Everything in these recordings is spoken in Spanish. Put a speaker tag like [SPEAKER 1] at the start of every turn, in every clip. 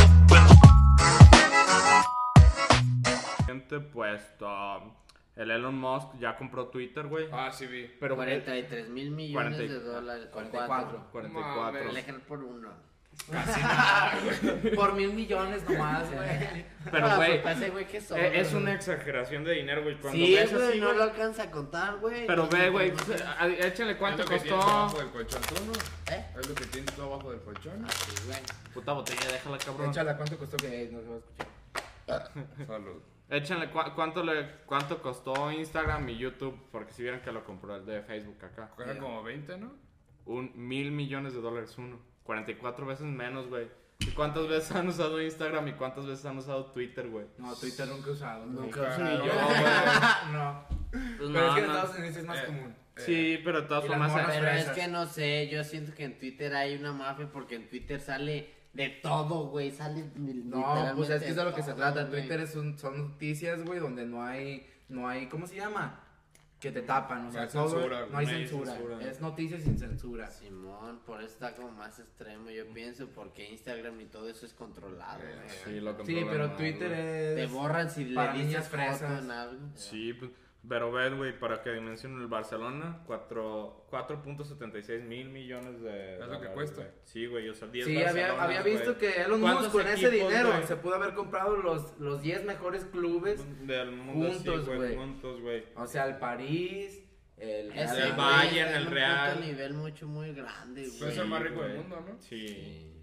[SPEAKER 1] esto, Este, pues, um, el Elon Musk ya compró Twitter, güey.
[SPEAKER 2] Ah, sí vi.
[SPEAKER 1] Pero
[SPEAKER 3] 43 mil millones
[SPEAKER 1] Cuarenta y-
[SPEAKER 3] de dólares.
[SPEAKER 4] 44.
[SPEAKER 1] 44.
[SPEAKER 2] Mames.
[SPEAKER 3] Elejan por uno.
[SPEAKER 2] Casi nada, güey.
[SPEAKER 4] Por mil millones nomás, güey.
[SPEAKER 1] Pero,
[SPEAKER 3] Ah,
[SPEAKER 1] güey,
[SPEAKER 3] pues, ese güey que sobra,
[SPEAKER 1] eh, es
[SPEAKER 3] güey.
[SPEAKER 1] una exageración de dinero, güey. Cuando
[SPEAKER 3] Sí,
[SPEAKER 1] ves
[SPEAKER 3] güey,
[SPEAKER 1] así,
[SPEAKER 3] no
[SPEAKER 1] güey,
[SPEAKER 3] lo alcanza a contar, güey.
[SPEAKER 1] Pero ve, güey,
[SPEAKER 3] Entonces,
[SPEAKER 1] pues, a- échale cuánto
[SPEAKER 2] Es lo que tienes abajo
[SPEAKER 1] costó.
[SPEAKER 2] del colchón, tú, ¿no?
[SPEAKER 3] ¿Eh?
[SPEAKER 2] Es lo que tienes tú abajo del colchón.
[SPEAKER 3] Así, güey.
[SPEAKER 1] Puta botella, déjala, cabrón.
[SPEAKER 4] Échala, ¿cuánto costó que no se va a escuchar?
[SPEAKER 2] Salud.
[SPEAKER 1] Échenle cua- cuánto le cuánto costó Instagram y YouTube, porque si vieron que lo compró el de Facebook acá.
[SPEAKER 2] Eran como 20, ¿no?
[SPEAKER 1] Un mil millones de dólares uno. 44 veces menos, güey. ¿Y cuántas veces han usado Instagram y cuántas veces han usado Twitter, güey?
[SPEAKER 4] No, Twitter nunca he usado. güey.
[SPEAKER 3] Nunca
[SPEAKER 2] ni
[SPEAKER 1] yo,
[SPEAKER 4] No.
[SPEAKER 1] Pues
[SPEAKER 4] Pero es
[SPEAKER 1] no,
[SPEAKER 4] que en
[SPEAKER 1] no.
[SPEAKER 4] Estados Unidos es más
[SPEAKER 2] Eh,
[SPEAKER 4] común.
[SPEAKER 1] Sí, pero de todas
[SPEAKER 4] y las
[SPEAKER 1] formas.
[SPEAKER 4] morras-
[SPEAKER 1] eh,
[SPEAKER 3] Pero es
[SPEAKER 4] fresas.
[SPEAKER 3] que no sé, yo siento que en Twitter hay una mafia porque en Twitter sale de todo, güey. Sale li-
[SPEAKER 4] No, pues es que es de lo
[SPEAKER 3] literalmente
[SPEAKER 4] que se trata.
[SPEAKER 3] todo, güey.
[SPEAKER 4] Twitter es un- son noticias, güey, donde no hay, no hay, ¿cómo se llama? Que te tapan, o sea,
[SPEAKER 2] hay
[SPEAKER 4] todo-
[SPEAKER 2] censura,
[SPEAKER 4] no hay
[SPEAKER 2] güey, no hay
[SPEAKER 4] censura.
[SPEAKER 1] censura.
[SPEAKER 4] Es noticias sin censura.
[SPEAKER 3] Simón, por eso está como más extremo, yo pienso, porque Instagram y todo eso es controlado, güey.
[SPEAKER 1] sí, lo
[SPEAKER 4] Sí,
[SPEAKER 1] controlan
[SPEAKER 4] pero
[SPEAKER 1] más,
[SPEAKER 4] Twitter
[SPEAKER 1] güey.
[SPEAKER 4] es...
[SPEAKER 3] Te borran si
[SPEAKER 4] para
[SPEAKER 3] le
[SPEAKER 4] niñas
[SPEAKER 3] dices foto
[SPEAKER 4] fresas.
[SPEAKER 3] en algo.
[SPEAKER 1] Sí, pues, pero ve, güey, para que dimensionen el Barcelona, cuatro- 4.76 mil millones de.
[SPEAKER 2] Es lo que
[SPEAKER 1] dólares,
[SPEAKER 2] cuesta.
[SPEAKER 1] güey. Sí, güey, o sea, 10
[SPEAKER 4] Sí, había,
[SPEAKER 1] Barcelonas,
[SPEAKER 4] había
[SPEAKER 1] güey.
[SPEAKER 4] visto que Elon
[SPEAKER 1] ¿Cuántos
[SPEAKER 4] Musk con ese
[SPEAKER 1] equipos,
[SPEAKER 4] dinero
[SPEAKER 1] güey?
[SPEAKER 4] se pudo haber comprado los, los 10 mejores clubes.
[SPEAKER 1] Del mundo, sí,
[SPEAKER 4] Juntos,
[SPEAKER 1] güey.
[SPEAKER 4] güey.
[SPEAKER 1] Juntos, güey.
[SPEAKER 4] O sea, el París, el...
[SPEAKER 3] Ese
[SPEAKER 1] El
[SPEAKER 3] güey
[SPEAKER 1] Bayern,
[SPEAKER 3] está en
[SPEAKER 1] el
[SPEAKER 3] un
[SPEAKER 1] Real.
[SPEAKER 3] puto nivel mucho, muy grande, güey.
[SPEAKER 2] Pero es el más rico del
[SPEAKER 1] güey.
[SPEAKER 2] mundo, ¿no?
[SPEAKER 1] Sí.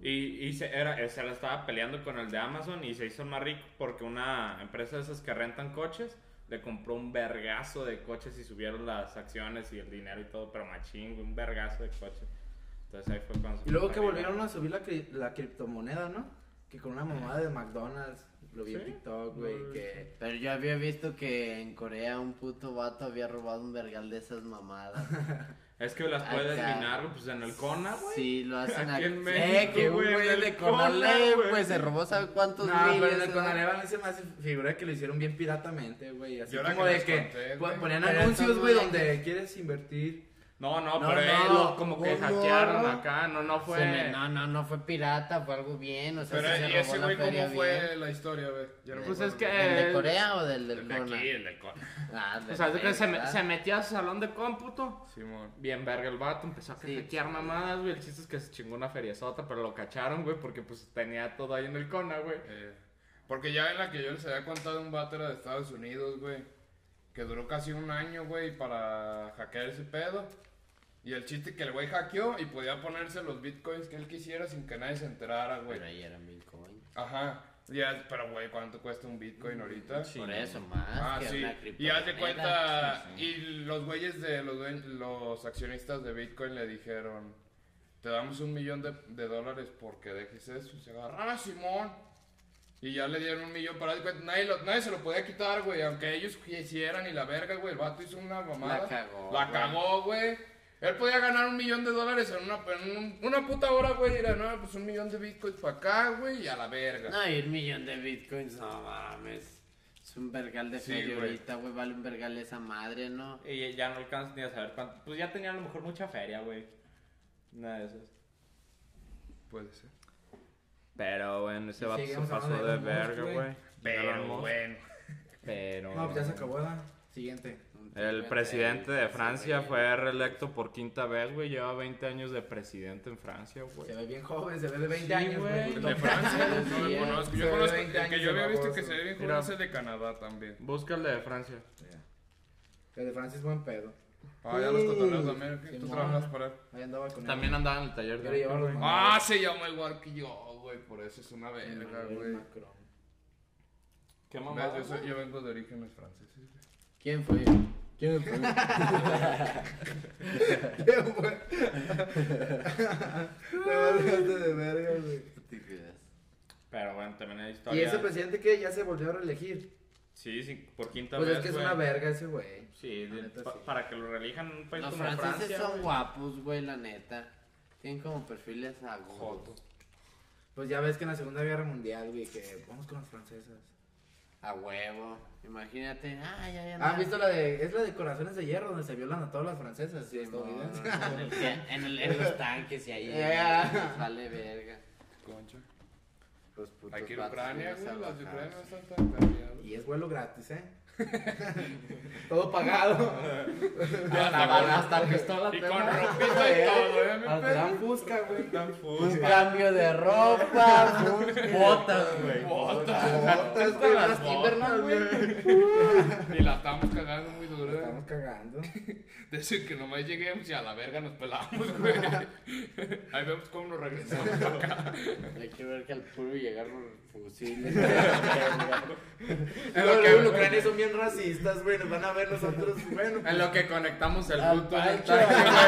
[SPEAKER 1] Y, y se, era, eh, se la estaba peleando con el de Amazon y se hizo el más rico porque una empresa de esas que rentan coches le compró un vergazo de coches y subieron las acciones y el dinero y todo, pero machín, güey, un vergazo de coches. Entonces ahí fue cuando se
[SPEAKER 4] Y luego
[SPEAKER 1] fue
[SPEAKER 4] que
[SPEAKER 1] arriba.
[SPEAKER 4] volvieron a subir la, cri- la criptomoneda, ¿no? Que con una mamada de McDonald's, lo vi en
[SPEAKER 1] Sí.
[SPEAKER 4] TikTok, güey,
[SPEAKER 1] No,
[SPEAKER 4] que...
[SPEAKER 3] Pero yo había visto que en Corea un puto vato había robado un vergal de esas mamadas.
[SPEAKER 1] Es que las
[SPEAKER 3] Acá.
[SPEAKER 1] puedes minar, güey, pues en el Cona, güey.
[SPEAKER 3] Sí, lo hacen
[SPEAKER 1] Aquí
[SPEAKER 3] aquí.
[SPEAKER 1] en
[SPEAKER 3] eh,
[SPEAKER 1] México,
[SPEAKER 3] que un
[SPEAKER 1] güey, en
[SPEAKER 3] güey pues,
[SPEAKER 1] el
[SPEAKER 3] de
[SPEAKER 1] Conalep,
[SPEAKER 3] Conalep,
[SPEAKER 1] güey.
[SPEAKER 3] güey, se robó, ¿sabe cuántos
[SPEAKER 4] No, pero
[SPEAKER 3] miles?
[SPEAKER 4] el de
[SPEAKER 3] eh?
[SPEAKER 4] Conalep a mí se me hace figura que lo hicieron bien piratamente, güey. Así
[SPEAKER 2] Yo ahora
[SPEAKER 4] como
[SPEAKER 2] que
[SPEAKER 4] de
[SPEAKER 2] les
[SPEAKER 4] que
[SPEAKER 2] conté,
[SPEAKER 4] po-
[SPEAKER 2] güey.
[SPEAKER 4] ponían
[SPEAKER 3] Pero
[SPEAKER 4] anuncios,
[SPEAKER 3] estos
[SPEAKER 4] güey,
[SPEAKER 3] güeyes-
[SPEAKER 4] donde quieres invertir.
[SPEAKER 1] No, no,
[SPEAKER 3] No,
[SPEAKER 1] pero
[SPEAKER 3] no,
[SPEAKER 1] eh, lo- como que
[SPEAKER 3] un
[SPEAKER 1] hackearon
[SPEAKER 3] morro.
[SPEAKER 1] acá, no, no
[SPEAKER 3] Se
[SPEAKER 1] fue.
[SPEAKER 3] me- no, no, no fue pirata, fue algo bien. O sea,
[SPEAKER 2] Pero
[SPEAKER 3] sí se
[SPEAKER 2] ¿y
[SPEAKER 3] robó
[SPEAKER 2] ese
[SPEAKER 3] la
[SPEAKER 2] güey cómo
[SPEAKER 3] feria
[SPEAKER 2] fue
[SPEAKER 3] bien.
[SPEAKER 2] la historia, güey? Ya no me
[SPEAKER 1] Pues
[SPEAKER 2] acuerdo.
[SPEAKER 1] es que.
[SPEAKER 3] ¿El de
[SPEAKER 1] eh,
[SPEAKER 3] Corea o del del
[SPEAKER 1] El de aquí,
[SPEAKER 3] Cona?
[SPEAKER 1] el del Cona.
[SPEAKER 3] Ah,
[SPEAKER 1] O sea,
[SPEAKER 3] del
[SPEAKER 1] que se, me-
[SPEAKER 3] Vergas.
[SPEAKER 1] se metió a su salón de cómputo.
[SPEAKER 2] Simón.
[SPEAKER 1] Bien verga el vato, empezó a
[SPEAKER 3] Sí,
[SPEAKER 1] hackear mamadas, güey. El chiste es que se chingó una feriazota, pero lo cacharon, güey, porque pues tenía todo ahí en el cona, güey.
[SPEAKER 2] Eh, porque ya en la que yo les había contado un vato era de Estados Unidos, güey. Que duró casi un año, güey, para hackear ese pedo. Y el chiste que el güey hackeó y podía ponerse los bitcoins que él quisiera sin que nadie se enterara, güey.
[SPEAKER 3] Pero ahí eran Bitcoin.
[SPEAKER 2] Ajá. Ya, pero, güey, ¿cuánto cuesta un bitcoin ahorita?
[SPEAKER 3] Por eso, más
[SPEAKER 2] Ah,
[SPEAKER 3] que
[SPEAKER 2] sí.
[SPEAKER 3] una
[SPEAKER 2] Y haz de
[SPEAKER 3] criptomoneda.
[SPEAKER 2] cuenta, y los güeyes de los, duen- los accionistas de Bitcoin le dijeron, te damos un millón de, de dólares porque dejes eso. Y se agarraron a Simón. Y ya le dieron un millón para haz de cuenta, nadie, lo- nadie se lo podía quitar, güey. Aunque ellos quisieran y la verga, güey. El vato hizo una mamada.
[SPEAKER 3] La cagó,
[SPEAKER 2] La
[SPEAKER 3] güey.
[SPEAKER 2] cagó, güey. Él podía ganar un millón de dólares en una, en un- una puta hora, güey. Y era, no, pues un millón de bitcoins para acá, güey. Y a la verga.
[SPEAKER 3] No, y un millón de bitcoins, no mames. Es un vergal de
[SPEAKER 2] Sí,
[SPEAKER 3] feria
[SPEAKER 2] güey.
[SPEAKER 3] ahorita, güey. Vale un vergal esa madre, ¿no?
[SPEAKER 1] Y ya no alcanzas ni a saber cuánto. Pues ya tenía a lo mejor mucha feria, güey. Nada de eso.
[SPEAKER 2] Puede ser.
[SPEAKER 1] Pero, bueno, ese
[SPEAKER 4] Y
[SPEAKER 1] vato se
[SPEAKER 4] seguimos
[SPEAKER 1] pasó
[SPEAKER 4] hablando
[SPEAKER 1] de
[SPEAKER 4] de Elon Musk,
[SPEAKER 1] verga,
[SPEAKER 4] güey.
[SPEAKER 1] güey. Elon
[SPEAKER 2] Pero
[SPEAKER 1] Musk.
[SPEAKER 2] bueno.
[SPEAKER 1] Pero.
[SPEAKER 4] No, pues ya se acabó, ¿verdad? Siguiente.
[SPEAKER 1] El presidente de Francia fue reelecto por quinta vez, güey. Lleva 20 años de presidente en Francia, güey.
[SPEAKER 4] Se ve bien joven, se ve de 20
[SPEAKER 1] Sí,
[SPEAKER 4] años,
[SPEAKER 1] güey.
[SPEAKER 4] güey.
[SPEAKER 2] El Pues. de Francia, no
[SPEAKER 3] Sí,
[SPEAKER 2] lo
[SPEAKER 3] eh.
[SPEAKER 2] conozco.
[SPEAKER 4] Se
[SPEAKER 2] Yo
[SPEAKER 4] ve
[SPEAKER 2] conozco
[SPEAKER 4] 20
[SPEAKER 2] el que
[SPEAKER 4] años
[SPEAKER 2] yo había
[SPEAKER 4] de
[SPEAKER 2] visto que
[SPEAKER 4] baboso.
[SPEAKER 2] se ve bien
[SPEAKER 1] Mira.
[SPEAKER 2] joven es el de Canadá también.
[SPEAKER 1] Busca el de Francia.
[SPEAKER 4] El de Francia es buen pedo.
[SPEAKER 2] Ah, ya los cotorreos
[SPEAKER 4] Sí.
[SPEAKER 2] también. ¿qué? ¿Tú
[SPEAKER 4] Simón.
[SPEAKER 2] trabajas para él?
[SPEAKER 4] Ahí andaba con él.
[SPEAKER 1] También andaba en el taller
[SPEAKER 4] Quiero
[SPEAKER 1] de.
[SPEAKER 4] llevarlo
[SPEAKER 1] güey.
[SPEAKER 4] con-
[SPEAKER 2] Ah, se llama igual que yo, güey. Por eso es una verga,
[SPEAKER 4] Emmanuel
[SPEAKER 2] güey.
[SPEAKER 4] Macron.
[SPEAKER 1] Qué
[SPEAKER 2] Ves,
[SPEAKER 1] mamada,
[SPEAKER 2] Yo, soy-
[SPEAKER 1] güey.
[SPEAKER 2] yo vengo de orígenes franceses. güey.
[SPEAKER 3] ¿Quién fue? ¿Quién fue?
[SPEAKER 4] Me mandaste de verga, güey.
[SPEAKER 1] Pero bueno, también hay
[SPEAKER 4] Y
[SPEAKER 1] historia.
[SPEAKER 4] ese presidente que ya se volvió a reelegir.
[SPEAKER 1] Sí, sí, por quinta
[SPEAKER 4] Pues
[SPEAKER 1] vez.
[SPEAKER 4] es que es
[SPEAKER 1] güey.
[SPEAKER 4] una verga ese güey.
[SPEAKER 1] Sí,
[SPEAKER 4] La
[SPEAKER 1] de-
[SPEAKER 4] neta,
[SPEAKER 1] pa-
[SPEAKER 4] sí.
[SPEAKER 1] para que lo relijan en un país
[SPEAKER 3] Los
[SPEAKER 1] como
[SPEAKER 3] franceses
[SPEAKER 1] Francia.
[SPEAKER 3] son
[SPEAKER 1] güey.
[SPEAKER 3] guapos, güey, la neta. Tienen como perfiles a
[SPEAKER 1] Joto.
[SPEAKER 3] huevos.
[SPEAKER 4] Pues ya ves que en la Segunda Guerra Mundial, güey, que vamos con los franceses.
[SPEAKER 3] A huevo. Imagínate. Ah, ya, ya.
[SPEAKER 4] ¿Han visto la de, es la de Corazones de Hierro donde se violan a todas las francesas? Sí, estadounidenses.
[SPEAKER 3] En, el,
[SPEAKER 2] Eh, ah.
[SPEAKER 3] en, el- en los tanques y ahí.
[SPEAKER 4] Yeah.
[SPEAKER 3] Vale, verga.
[SPEAKER 2] Concha.
[SPEAKER 3] Los putos
[SPEAKER 2] Hay que ir a
[SPEAKER 3] vatos
[SPEAKER 2] Ucrania,
[SPEAKER 3] vienes a
[SPEAKER 2] güey. Los de
[SPEAKER 3] bajar,
[SPEAKER 2] Ucrania
[SPEAKER 3] sí.
[SPEAKER 2] no están tan peleados.
[SPEAKER 4] Y es vuelo gratis, ¿eh? Todo pagado.
[SPEAKER 3] Hasta, bala- hasta pistola
[SPEAKER 1] Y
[SPEAKER 3] te
[SPEAKER 1] con
[SPEAKER 3] dan.
[SPEAKER 2] Ropita y todo, ¿eh? mi
[SPEAKER 4] Hasta
[SPEAKER 2] perro?
[SPEAKER 4] dan busca, güey.
[SPEAKER 1] Tan
[SPEAKER 3] Un
[SPEAKER 1] fus,
[SPEAKER 3] cambio de ropa, botas, güey.
[SPEAKER 1] güey.
[SPEAKER 4] Botas,
[SPEAKER 3] Con
[SPEAKER 4] güey,
[SPEAKER 3] las
[SPEAKER 4] las
[SPEAKER 3] Timberland, güey.
[SPEAKER 2] Y la estamos cagando muy duro,
[SPEAKER 4] Nos
[SPEAKER 2] ¿eh?
[SPEAKER 4] Estamos cagando.
[SPEAKER 2] Desde que nomás lleguemos y a la verga nos pelamos, güey. Ahí vemos cómo nos regresamos para acá.
[SPEAKER 3] Hay que ver que al puro llegaron fusiles.
[SPEAKER 4] En lo que en Ucrania son bien racistas, güey. Nos van a ver nosotros, bueno.
[SPEAKER 1] En lo que conectamos el
[SPEAKER 3] Al
[SPEAKER 1] Bluetooth del
[SPEAKER 3] Pancho.
[SPEAKER 1] tanque, güey.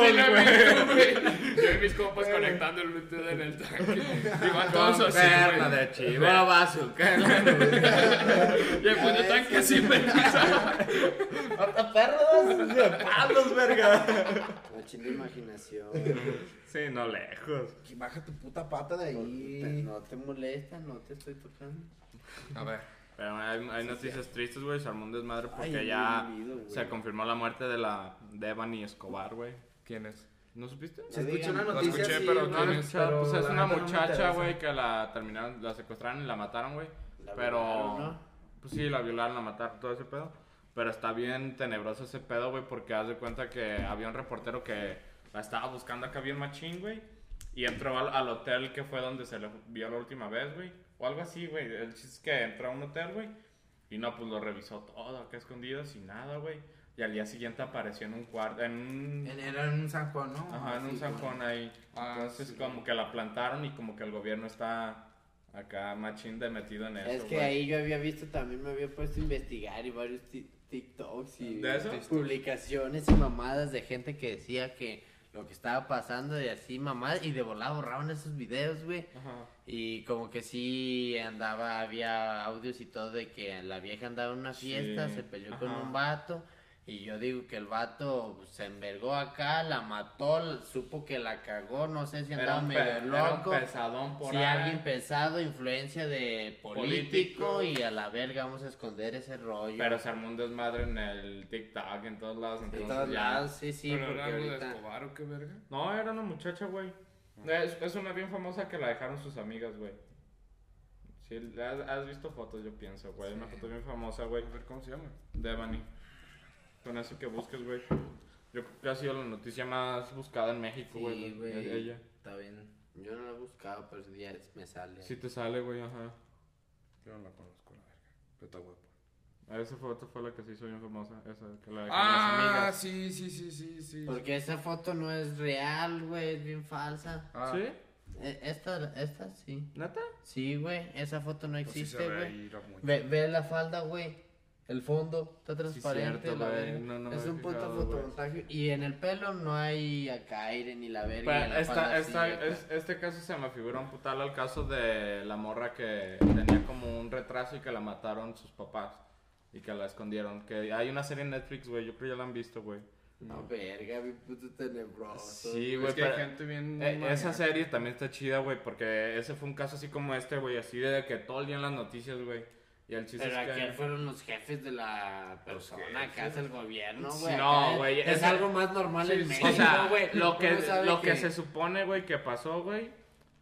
[SPEAKER 2] Sí, lo he visto, güey. Yo y mis compas conectando el Bluetooth en el tanque. Y van todos
[SPEAKER 1] Con
[SPEAKER 2] así,
[SPEAKER 1] perna
[SPEAKER 2] güey.
[SPEAKER 1] de Chihuahua, su cara.
[SPEAKER 2] Y el puto tanque así, güey.
[SPEAKER 3] ¡Hasta perros! ¡De palos, verga! La chingada imaginación.
[SPEAKER 1] Sí, no lejos.
[SPEAKER 4] Que Baja tu puta pata de
[SPEAKER 3] No te-
[SPEAKER 4] ahí.
[SPEAKER 3] No te molesta, no te estoy tocando.
[SPEAKER 2] A ver.
[SPEAKER 1] Pero hay, hay noticias tristes, güey. Se armó un desmadre porque
[SPEAKER 3] Ay,
[SPEAKER 1] ya
[SPEAKER 3] mi vida, güey.
[SPEAKER 1] se confirmó la muerte de la Devani Escobar, güey.
[SPEAKER 2] ¿Quién es?
[SPEAKER 1] ¿No supiste?
[SPEAKER 4] Se
[SPEAKER 3] No
[SPEAKER 4] escuchó
[SPEAKER 3] digan.
[SPEAKER 4] una
[SPEAKER 2] Lo
[SPEAKER 4] noticia
[SPEAKER 2] escuché,
[SPEAKER 4] así,
[SPEAKER 2] pero
[SPEAKER 4] güey,
[SPEAKER 1] No, no he
[SPEAKER 2] tienes-
[SPEAKER 1] escuchado, pues
[SPEAKER 4] pero
[SPEAKER 1] es
[SPEAKER 4] la
[SPEAKER 1] una
[SPEAKER 4] neta no me
[SPEAKER 1] muchacha,
[SPEAKER 4] interesa.
[SPEAKER 1] güey, que la terminaron, la secuestraron y la mataron, güey.
[SPEAKER 3] La
[SPEAKER 1] Pero,
[SPEAKER 3] violaron, ¿no?
[SPEAKER 1] pues sí, la violaron, la mataron, todo ese pedo. Pero está bien tenebroso ese pedo, güey, porque haz de cuenta que había un reportero que la estaba buscando acá bien machín, güey. Y entró al, al hotel que fue donde se le vio la última vez, güey. O algo así, güey. El chiste es que entró a un hotel, güey. Y no, pues lo revisó todo acá escondido, sin nada, güey. Y al día siguiente apareció en un cuarto, en un...
[SPEAKER 4] En- Era en un zanjón, ¿no?
[SPEAKER 1] Ajá, en un
[SPEAKER 4] Sí,
[SPEAKER 1] zancón ahí.
[SPEAKER 2] Ah,
[SPEAKER 1] Entonces,
[SPEAKER 2] sí,
[SPEAKER 1] como que la plantaron y como que el gobierno está acá machín de metido en eso.
[SPEAKER 3] Es que
[SPEAKER 1] güey.
[SPEAKER 3] ahí yo había visto, también me había puesto a investigar y varios ti- TikToks y pues,
[SPEAKER 1] ¿De eso?
[SPEAKER 3] publicaciones y mamadas de gente que decía que lo que estaba pasando y así mamadas y de volada borraban esos videos, güey.
[SPEAKER 1] Ajá.
[SPEAKER 3] Y como que sí andaba, había audios y todo de que la vieja andaba en una
[SPEAKER 1] Sí,
[SPEAKER 3] fiesta, se peleó con
[SPEAKER 1] ajá.
[SPEAKER 3] un vato. Y yo digo que el vato se envergó acá, la mató, supo que la cagó, no sé si
[SPEAKER 1] Era
[SPEAKER 3] andaba
[SPEAKER 1] un, pe-
[SPEAKER 3] medio
[SPEAKER 1] era un
[SPEAKER 3] loco.
[SPEAKER 1] pesadón por
[SPEAKER 3] Si
[SPEAKER 1] ahí.
[SPEAKER 3] alguien pesado, influencia de político,
[SPEAKER 1] Político.
[SPEAKER 3] y a la verga vamos a esconder ese rollo.
[SPEAKER 1] Pero se armó un desmadre en el TikTok, en todos lados.
[SPEAKER 3] de
[SPEAKER 1] entonces
[SPEAKER 3] todos
[SPEAKER 1] ya-
[SPEAKER 3] lados, sí, sí,
[SPEAKER 2] ¿Pero
[SPEAKER 3] porque
[SPEAKER 2] era algo de
[SPEAKER 3] ahorita...
[SPEAKER 2] Escobar o qué verga?
[SPEAKER 1] No, era una muchacha, güey. Es, es una bien famosa que la dejaron sus amigas, güey. Sí, has, has visto fotos, yo pienso, güey. Una foto bien famosa, güey.
[SPEAKER 2] A ver cómo se llama.
[SPEAKER 1] Devani. Con eso que busques, güey. Yo creo que ha sido la noticia más buscada en México, güey.
[SPEAKER 3] Sí, güey.
[SPEAKER 1] e- Ella.
[SPEAKER 4] Está bien.
[SPEAKER 3] Yo no lo he buscado, pero ya me sale.
[SPEAKER 1] Sí te sale, güey, ajá.
[SPEAKER 2] Yo no la conozco, la verga. Pero está guapo.
[SPEAKER 1] Esa foto fue la que se hizo bien famosa, esa que la dejaron las
[SPEAKER 2] Ah,
[SPEAKER 1] amigas.
[SPEAKER 2] sí, sí, sí, sí, sí.
[SPEAKER 3] Porque esa foto no es real, güey, es bien falsa.
[SPEAKER 2] Ah,
[SPEAKER 1] ¿Sí?
[SPEAKER 3] Eh, Esta, esta sí.
[SPEAKER 1] ¿Nata?
[SPEAKER 3] Sí, güey, esa foto no
[SPEAKER 2] pues sí se
[SPEAKER 3] existe,
[SPEAKER 2] ve
[SPEAKER 3] güey.
[SPEAKER 2] ahí la muñeca.
[SPEAKER 3] Ve, ve la falda, güey. El fondo está
[SPEAKER 1] es
[SPEAKER 3] transparente.
[SPEAKER 1] cierto,
[SPEAKER 3] la
[SPEAKER 1] güey,
[SPEAKER 3] verga.
[SPEAKER 1] no, no me
[SPEAKER 3] es
[SPEAKER 1] había
[SPEAKER 3] un puto
[SPEAKER 1] fijado, güey.
[SPEAKER 3] fotomontaje. Y en el pelo no hay acá aire ni la verga. y en la
[SPEAKER 1] Pues, esta,
[SPEAKER 3] falda
[SPEAKER 1] esta,
[SPEAKER 3] sí, acá.
[SPEAKER 1] es- este caso se me figura un putal al caso de la morra que tenía como un retraso y que la mataron sus papás y que la escondieron. Que hay una serie en Netflix, güey, yo creo que ya la han visto, güey.
[SPEAKER 3] No, verga, mi puto tenebroso.
[SPEAKER 1] Sí,
[SPEAKER 2] Es
[SPEAKER 1] güey,
[SPEAKER 2] que hay
[SPEAKER 1] pero-
[SPEAKER 2] gente
[SPEAKER 3] Mm,
[SPEAKER 2] bien
[SPEAKER 1] Eh,
[SPEAKER 2] maníaca.
[SPEAKER 1] esa serie también está chida, güey, porque ese fue un caso así como este, güey, así de que todo el día en las noticias, güey. Y el chiste
[SPEAKER 3] Pero
[SPEAKER 1] es
[SPEAKER 3] aquí
[SPEAKER 1] que...
[SPEAKER 3] fueron los jefes de la persona, acá es el gobierno, güey.
[SPEAKER 1] No,
[SPEAKER 3] acá
[SPEAKER 1] güey,
[SPEAKER 3] Es,
[SPEAKER 1] es-
[SPEAKER 3] algo más normal en México,
[SPEAKER 1] O sea,
[SPEAKER 3] güey.
[SPEAKER 1] lo que,
[SPEAKER 3] Uno sabe
[SPEAKER 1] lo que se supone, güey, que pasó, güey,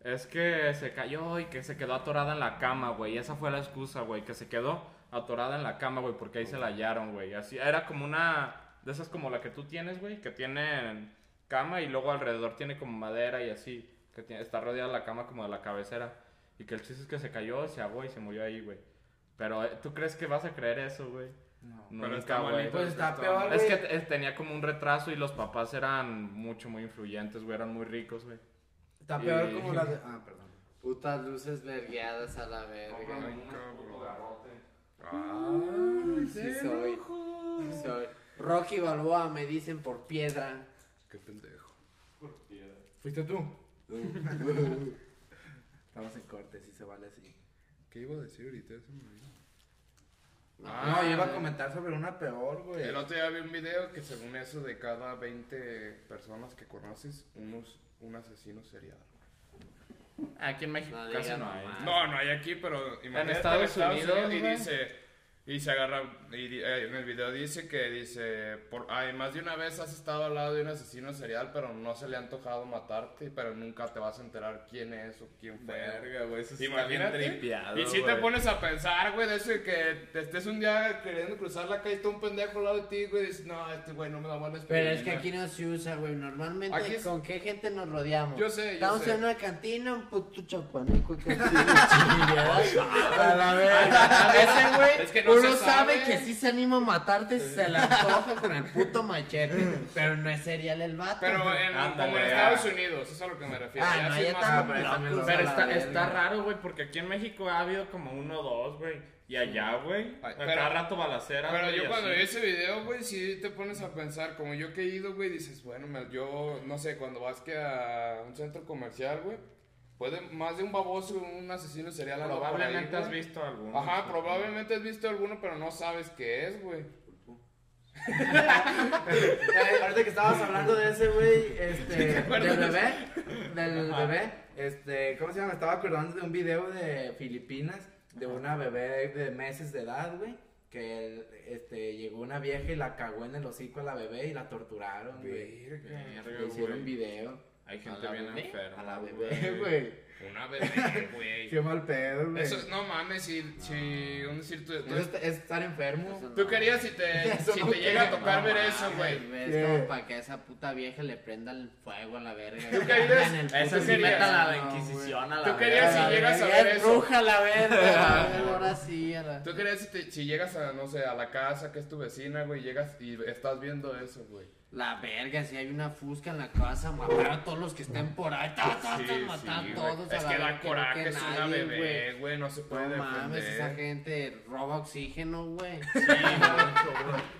[SPEAKER 1] es que se cayó y que se quedó atorada en la cama, güey. Esa fue la excusa, güey, que se quedó atorada en la cama, güey, porque ahí se la hallaron, güey. Así, era como una de esas como la que tú tienes, güey, que tienen cama y luego alrededor tiene como madera y así, que tiene- está rodeada la cama como de la cabecera. Y que el chiste es que se cayó, se ahogó y se murió ahí, güey. Pero, eh, ¿tú crees que vas a creer eso, güey?
[SPEAKER 4] No.
[SPEAKER 1] No,
[SPEAKER 2] Pero
[SPEAKER 1] nunca,
[SPEAKER 2] está
[SPEAKER 1] güey.
[SPEAKER 2] bonito.
[SPEAKER 4] Pues está
[SPEAKER 2] está
[SPEAKER 4] peor,
[SPEAKER 2] mal.
[SPEAKER 4] güey.
[SPEAKER 1] Es que t- eh, tenía como un retraso y los papás eran mucho, muy influyentes, güey, eran muy ricos, güey.
[SPEAKER 4] Está peor
[SPEAKER 1] Y-
[SPEAKER 4] como la de... Ah, perdón.
[SPEAKER 3] Putas luces vergueadas a la verga.
[SPEAKER 2] Ay, cabrón.
[SPEAKER 3] Sí soy. Sí soy. Rocky Balboa me dicen por piedra.
[SPEAKER 2] Qué pendejo.
[SPEAKER 4] ¿Fuiste tú? Estamos en corte, si se vale así.
[SPEAKER 2] ¿Qué iba a decir ahorita? Se me olvidó.
[SPEAKER 1] Ah,
[SPEAKER 4] no, Ah, yo iba a comentar sobre una peor, güey.
[SPEAKER 2] El otro día vi un video que según eso de cada 20 personas que conoces, unos, un asesino serial.
[SPEAKER 1] Aquí en México
[SPEAKER 3] No
[SPEAKER 1] casi
[SPEAKER 3] digas
[SPEAKER 1] no hay.
[SPEAKER 3] mamá.
[SPEAKER 2] No, no hay aquí, pero imagínate
[SPEAKER 1] Ah, Estados
[SPEAKER 2] en
[SPEAKER 1] Unidos,
[SPEAKER 2] y
[SPEAKER 1] güey.
[SPEAKER 2] dice, Y se agarra, y di- eh, en el video dice que dice, por, ay, más de una vez has estado al lado de un asesino serial, pero no se le ha antojado matarte, pero nunca te vas a enterar quién es o quién fue.
[SPEAKER 1] Verga, güey. Eso sí está bien
[SPEAKER 2] Imagínate.
[SPEAKER 1] tripeado,
[SPEAKER 2] Y si te
[SPEAKER 1] güey.
[SPEAKER 2] pones a pensar, güey, de eso de que te estés un día queriendo cruzar la calle y está un pendejo al lado de ti, güey, y dices, no, este güey no me da buena
[SPEAKER 3] Ah, Pero
[SPEAKER 2] experiencia.
[SPEAKER 3] es que aquí no se usa, güey. Normalmente,
[SPEAKER 2] Aquí es-
[SPEAKER 3] ¿con qué gente nos rodeamos?
[SPEAKER 2] Yo sé, yo
[SPEAKER 3] Estamos
[SPEAKER 2] sé.
[SPEAKER 3] en una cantina, un puto chapaneco y cantina chingada. A la verga. Ese güey,
[SPEAKER 2] Es que no se
[SPEAKER 3] uno sabe.
[SPEAKER 2] sabe.
[SPEAKER 3] que sí se anima a matarte si se la antoja con el puto machete. Pero no es serial el vato.
[SPEAKER 2] Pero en,
[SPEAKER 1] Ándale,
[SPEAKER 2] como en
[SPEAKER 1] ya.
[SPEAKER 2] Estados Unidos, eso es a lo que me refiero.
[SPEAKER 3] Ah,
[SPEAKER 2] Ya
[SPEAKER 3] no,
[SPEAKER 2] sí
[SPEAKER 3] ya
[SPEAKER 2] es más
[SPEAKER 3] está.
[SPEAKER 2] como-
[SPEAKER 4] pero también lo-
[SPEAKER 1] Pero
[SPEAKER 4] a la
[SPEAKER 1] está,
[SPEAKER 4] verga.
[SPEAKER 1] está raro, güey, porque aquí en México ha habido como uno o dos, güey. Y allá, güey, a
[SPEAKER 2] Ay, pero-
[SPEAKER 1] cada rato balacera.
[SPEAKER 2] Pero yo cuando vi ese video, güey, si te pones a pensar, como yo que he ido, güey, dices, bueno, me- yo, no sé, cuando vas que a un centro comercial, güey, puede más de un baboso, un asesino serial andar por ahí,
[SPEAKER 1] Probablemente
[SPEAKER 2] güey.
[SPEAKER 1] has visto alguno.
[SPEAKER 2] Ajá, probablemente has visto alguno, pero no sabes qué es, güey.
[SPEAKER 4] Eh, Ahorita que estabas hablando de ese güey, este, del
[SPEAKER 2] acuerdas?
[SPEAKER 4] bebé, del bebé, este, ¿cómo se llama? Me Estaba acordando de un video de Filipinas de una bebé de meses de edad, güey, que el- este, llegó una vieja y la cagó en el hocico a la bebé y la torturaron, güey.
[SPEAKER 1] Verga,
[SPEAKER 4] Le hicieron
[SPEAKER 1] güey.
[SPEAKER 4] video.
[SPEAKER 1] Hay
[SPEAKER 3] A
[SPEAKER 1] gente
[SPEAKER 3] la
[SPEAKER 1] bien
[SPEAKER 3] bebé,
[SPEAKER 1] enferma.
[SPEAKER 3] a la
[SPEAKER 4] Eh,
[SPEAKER 3] bebé, güey.
[SPEAKER 4] güey,
[SPEAKER 2] Una bebé, güey.
[SPEAKER 4] qué mal pedo, güey.
[SPEAKER 2] Eso,
[SPEAKER 4] Eso
[SPEAKER 2] no mames, si, si un decir tú, tú-
[SPEAKER 4] es, es estar enfermo.
[SPEAKER 3] Eso no.
[SPEAKER 2] tú querías si te,
[SPEAKER 4] Eso
[SPEAKER 2] si
[SPEAKER 4] no
[SPEAKER 2] te llega a
[SPEAKER 4] creo,
[SPEAKER 2] tocar
[SPEAKER 3] No
[SPEAKER 2] ver eso,
[SPEAKER 3] mames,
[SPEAKER 2] güey.
[SPEAKER 3] Es
[SPEAKER 4] Sí.
[SPEAKER 3] como para que a esa puta vieja le prenda el fuego a la verga.
[SPEAKER 2] ¿Tú
[SPEAKER 3] Le
[SPEAKER 2] querías?
[SPEAKER 3] prendan el
[SPEAKER 2] Esa
[SPEAKER 3] puto-
[SPEAKER 2] sí
[SPEAKER 3] y metan
[SPEAKER 2] querías.
[SPEAKER 3] a la
[SPEAKER 4] No,
[SPEAKER 3] Inquisición a la
[SPEAKER 2] ¿Tú querías
[SPEAKER 3] verga.
[SPEAKER 2] si llegas a
[SPEAKER 3] Es
[SPEAKER 2] ver eso?
[SPEAKER 3] bruja la verga. a ver, Ah, Ahora sí, a la...
[SPEAKER 2] Tú querías si, te- si llegas a, no sé, a la casa que es tu vecina, güey, llegas y estás viendo eso, güey.
[SPEAKER 3] La verga, si hay una fusca en la casa, matar a todos los que estén por ahí. Ta, ta,
[SPEAKER 2] Sí,
[SPEAKER 3] ta,
[SPEAKER 2] sí,
[SPEAKER 3] matar
[SPEAKER 2] güey.
[SPEAKER 3] a todos.
[SPEAKER 2] Es
[SPEAKER 3] a la
[SPEAKER 2] que da
[SPEAKER 3] verga, no
[SPEAKER 2] coraje,
[SPEAKER 3] quede
[SPEAKER 2] es una
[SPEAKER 3] nadie,
[SPEAKER 2] bebé, güey, no se puede
[SPEAKER 3] güey. No mames, esa
[SPEAKER 2] defender.
[SPEAKER 3] gente roba oxígeno, güey.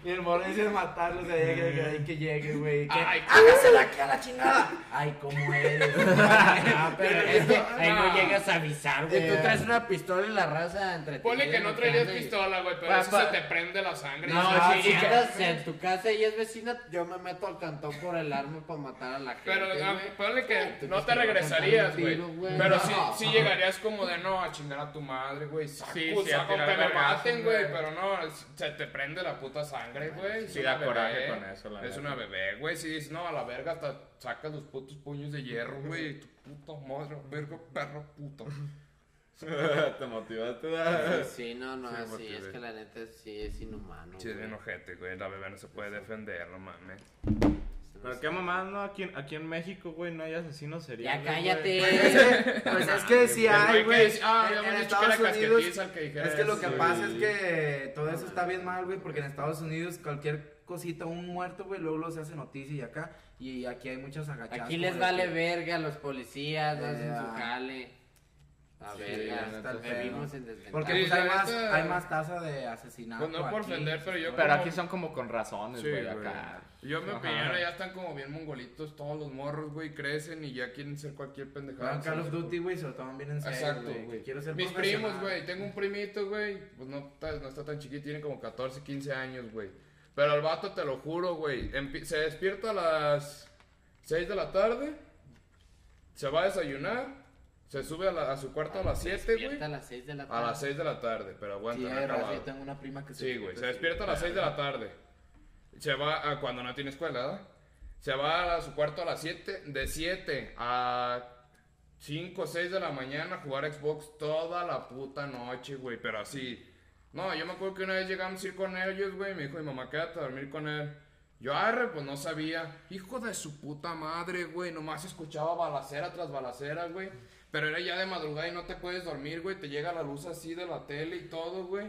[SPEAKER 4] Y el morro dice matarlo, o sea, ya que, que, que llegue, güey. que-
[SPEAKER 2] Ay,
[SPEAKER 4] ¡Hágasela aquí a la chingada! Ay, ¿cómo eres? Ah,
[SPEAKER 3] Pero
[SPEAKER 4] pero
[SPEAKER 3] es que ahí
[SPEAKER 2] No.
[SPEAKER 3] no llegas a avisar, güey.
[SPEAKER 4] Eh.
[SPEAKER 3] Tú traes una pistola y la raza entre
[SPEAKER 2] Ponle que no traerías pistola, güey, pero eso se
[SPEAKER 3] Papá.
[SPEAKER 2] te prende la sangre.
[SPEAKER 3] No,
[SPEAKER 2] Ah,
[SPEAKER 3] si
[SPEAKER 2] sí, ya.
[SPEAKER 3] quedas en tu casa y es vecina, yo me meto al cantón por el arma para matar a la gente.
[SPEAKER 2] Pero ah,
[SPEAKER 3] güey.
[SPEAKER 2] ponle
[SPEAKER 3] Ah,
[SPEAKER 2] que
[SPEAKER 3] tú
[SPEAKER 2] no te
[SPEAKER 3] crees que le va a
[SPEAKER 2] regresarías,
[SPEAKER 3] cantar un
[SPEAKER 2] güey.
[SPEAKER 3] tiro, güey.
[SPEAKER 2] Pero
[SPEAKER 3] No.
[SPEAKER 2] sí, sí llegarías como de no a chingar a tu madre, güey. Saco,
[SPEAKER 1] Sí, sí, a
[SPEAKER 2] saco,
[SPEAKER 1] tirar
[SPEAKER 2] que me
[SPEAKER 1] vergazos,
[SPEAKER 2] maten, güey.
[SPEAKER 1] güey.
[SPEAKER 2] Pero no, es- se te prende la puta sangre, güey. Es
[SPEAKER 1] sí
[SPEAKER 2] una
[SPEAKER 1] da coraje
[SPEAKER 2] bebé,
[SPEAKER 1] con eso, la
[SPEAKER 2] Es
[SPEAKER 1] neta.
[SPEAKER 2] una bebé, güey. Si dices, no, a la verga, hasta sacas los putos puños de hierro, güey. Y tu puta madre, verga, perro, puto.
[SPEAKER 1] te motivaste. ¿verdad?
[SPEAKER 3] Sí, no, no,
[SPEAKER 2] Sí,
[SPEAKER 3] sí,
[SPEAKER 2] porque
[SPEAKER 3] es
[SPEAKER 2] ve.
[SPEAKER 3] que la neta sí es inhumano.
[SPEAKER 2] Sí, es
[SPEAKER 3] güey.
[SPEAKER 2] bien ojete, güey. La bebé no se puede defender, no mames.
[SPEAKER 1] Pero qué mamás, ¿no? Aquí, en- aquí en México, güey, no hay asesinos
[SPEAKER 3] Ya
[SPEAKER 1] seriales.
[SPEAKER 3] cállate.
[SPEAKER 4] Pues es que sí hay,
[SPEAKER 2] El güey que
[SPEAKER 4] güey.
[SPEAKER 2] dice, ah,
[SPEAKER 4] En-
[SPEAKER 2] le
[SPEAKER 4] en
[SPEAKER 2] habían dicho que
[SPEAKER 4] Estados
[SPEAKER 2] era
[SPEAKER 4] Unidos.
[SPEAKER 2] casquetiza el que dijera
[SPEAKER 4] Es que lo
[SPEAKER 2] eso,
[SPEAKER 4] que
[SPEAKER 1] güey.
[SPEAKER 4] pasa es que todo eso está bien mal, güey, porque en Estados Unidos cualquier cosita, un muerto, güey, luego, luego se hace noticia y acá. Y aquí hay muchas agachadas.
[SPEAKER 3] Aquí
[SPEAKER 4] como
[SPEAKER 3] les
[SPEAKER 4] de
[SPEAKER 3] vale
[SPEAKER 4] que-
[SPEAKER 3] verga a los policías, no
[SPEAKER 4] Eh,
[SPEAKER 3] hacen su
[SPEAKER 4] ah.
[SPEAKER 3] jale. A
[SPEAKER 2] Sí,
[SPEAKER 3] verga,
[SPEAKER 2] la
[SPEAKER 4] neta, sí.
[SPEAKER 3] vivimos en desventaja.
[SPEAKER 4] Porque
[SPEAKER 2] Sí,
[SPEAKER 4] pues,
[SPEAKER 2] la
[SPEAKER 4] hay, más,
[SPEAKER 2] neta-
[SPEAKER 4] hay más tasa de asesinato.
[SPEAKER 2] Pues no por
[SPEAKER 4] aquí.
[SPEAKER 2] ofender, pero yo
[SPEAKER 1] Pero
[SPEAKER 2] como-
[SPEAKER 1] aquí son como con razones,
[SPEAKER 2] Sí,
[SPEAKER 1] güey,
[SPEAKER 2] güey.
[SPEAKER 1] acá.
[SPEAKER 2] Yo me
[SPEAKER 1] Ajá.
[SPEAKER 2] opinión, ya están como bien mongolitos todos los morros, güey, crecen y ya quieren ser cualquier pendejada. pues,
[SPEAKER 4] Juegan Call of Duty, güey, se lo toman bien en serio,
[SPEAKER 2] Exacto,
[SPEAKER 4] güey, que
[SPEAKER 2] güey.
[SPEAKER 4] Quiero ser
[SPEAKER 2] Mis
[SPEAKER 4] profesional.
[SPEAKER 2] primos, güey, tengo un primito, güey, pues no, está- no está tan chiquito, tiene como 14, 15 años, güey. Pero el vato, te lo juro, güey, empi- se despierta a las 6 de la tarde, se va a desayunar, se sube a, la- a su cuarto a las 7,
[SPEAKER 3] Despierta
[SPEAKER 2] güey.
[SPEAKER 3] A las 6 de la
[SPEAKER 2] A
[SPEAKER 3] tarde.
[SPEAKER 2] las 6 de la tarde, pero aguanta,
[SPEAKER 4] Sí,
[SPEAKER 2] no
[SPEAKER 4] hay
[SPEAKER 2] he
[SPEAKER 4] raza,
[SPEAKER 2] acabado.
[SPEAKER 4] yo tengo una prima que
[SPEAKER 2] Sí, güey. Se
[SPEAKER 4] así.
[SPEAKER 2] despierta a las 6 de la tarde. Se va a, cuando no tiene escuela, ¿verdad? Se va a su cuarto a las 7. De 7 a 5 o 6 de la mañana a jugar Xbox toda la puta noche, güey. Pero así. No, yo me acuerdo que una vez llegamos a ir con ellos, güey. Me dijo mi mamá, quédate a dormir con él. Yo, arre, pues no sabía. Hijo de su puta madre, güey. Nomás escuchaba balacera tras balacera, güey. Pero era ya de madrugada y no te puedes dormir, güey. Te llega la luz así de la tele y todo, güey.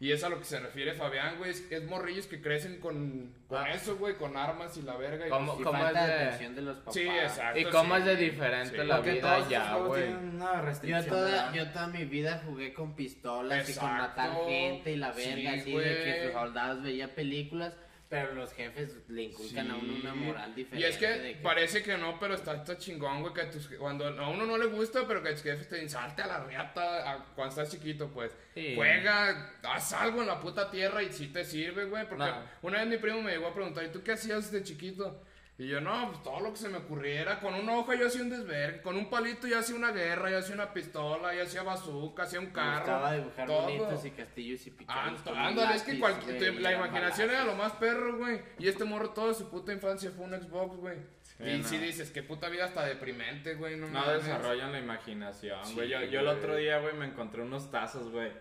[SPEAKER 2] Y es a lo que se refiere Fabián, güey. Es, es morrillos que crecen con, con
[SPEAKER 1] Ah.
[SPEAKER 2] eso, güey. Con armas y la verga. y
[SPEAKER 1] ¿Cómo-
[SPEAKER 3] Y
[SPEAKER 1] cómo
[SPEAKER 3] falta
[SPEAKER 1] es
[SPEAKER 3] de
[SPEAKER 1] de-
[SPEAKER 3] atención de los papás.
[SPEAKER 2] Sí, exacto.
[SPEAKER 1] ¿Y cómo
[SPEAKER 2] sí.
[SPEAKER 1] es de diferente
[SPEAKER 2] Sí.
[SPEAKER 1] la
[SPEAKER 4] Porque
[SPEAKER 1] vida
[SPEAKER 4] todos
[SPEAKER 1] ya,
[SPEAKER 4] esos juegos
[SPEAKER 1] güey.
[SPEAKER 4] tienen una
[SPEAKER 3] Yo
[SPEAKER 4] restricción,
[SPEAKER 3] toda,
[SPEAKER 4] ¿verdad?
[SPEAKER 3] yo toda mi vida jugué con pistolas y con
[SPEAKER 2] Exacto.
[SPEAKER 3] matar gente y la verga,
[SPEAKER 2] Sí,
[SPEAKER 3] así de que
[SPEAKER 2] güey.
[SPEAKER 3] sus soldados veía películas, pero los jefes le inculcan a uno una
[SPEAKER 2] Sí.
[SPEAKER 3] moral
[SPEAKER 2] Y
[SPEAKER 3] diferente.
[SPEAKER 2] es que
[SPEAKER 3] de
[SPEAKER 2] parece que no, pero está, está chingón, güey, que tus, cuando a uno no le gusta, pero que tus jefes te dicen, salte a la riata a- cuando estás chiquito, pues.
[SPEAKER 1] Sí.
[SPEAKER 2] Juega, haz algo en la puta tierra y si te sirve, güey. Porque
[SPEAKER 1] No.
[SPEAKER 2] una vez mi primo me llegó a preguntar, ¿y tú qué hacías de chiquito? Y yo, no, pues todo lo que se me ocurriera. Con una hoja yo hacía un desvergue. Con un palito yo hacía una guerra, yo hacía una pistola, yo hacía bazooka, hacía un
[SPEAKER 3] Me
[SPEAKER 2] carro.
[SPEAKER 3] gustaba dibujar
[SPEAKER 2] todo.
[SPEAKER 3] bonitos y castillos y
[SPEAKER 2] Ah,
[SPEAKER 3] picaros. con un
[SPEAKER 2] Ándale, es que
[SPEAKER 3] lápiz,
[SPEAKER 2] cualquier-
[SPEAKER 3] güey,
[SPEAKER 2] te-
[SPEAKER 3] y
[SPEAKER 2] la
[SPEAKER 3] eran
[SPEAKER 2] imaginación era
[SPEAKER 3] balazos.
[SPEAKER 2] lo más perro, güey. Y este morro toda su puta infancia fue un Xbox, güey. y
[SPEAKER 1] no.
[SPEAKER 2] si dices, qué puta vida hasta deprimente, güey. No,
[SPEAKER 1] No
[SPEAKER 2] mames.
[SPEAKER 1] desarrollan la imaginación,
[SPEAKER 2] Sí,
[SPEAKER 1] güey. Yo, yo el
[SPEAKER 2] güey.
[SPEAKER 1] otro día, güey, me encontré unos tazos, güey.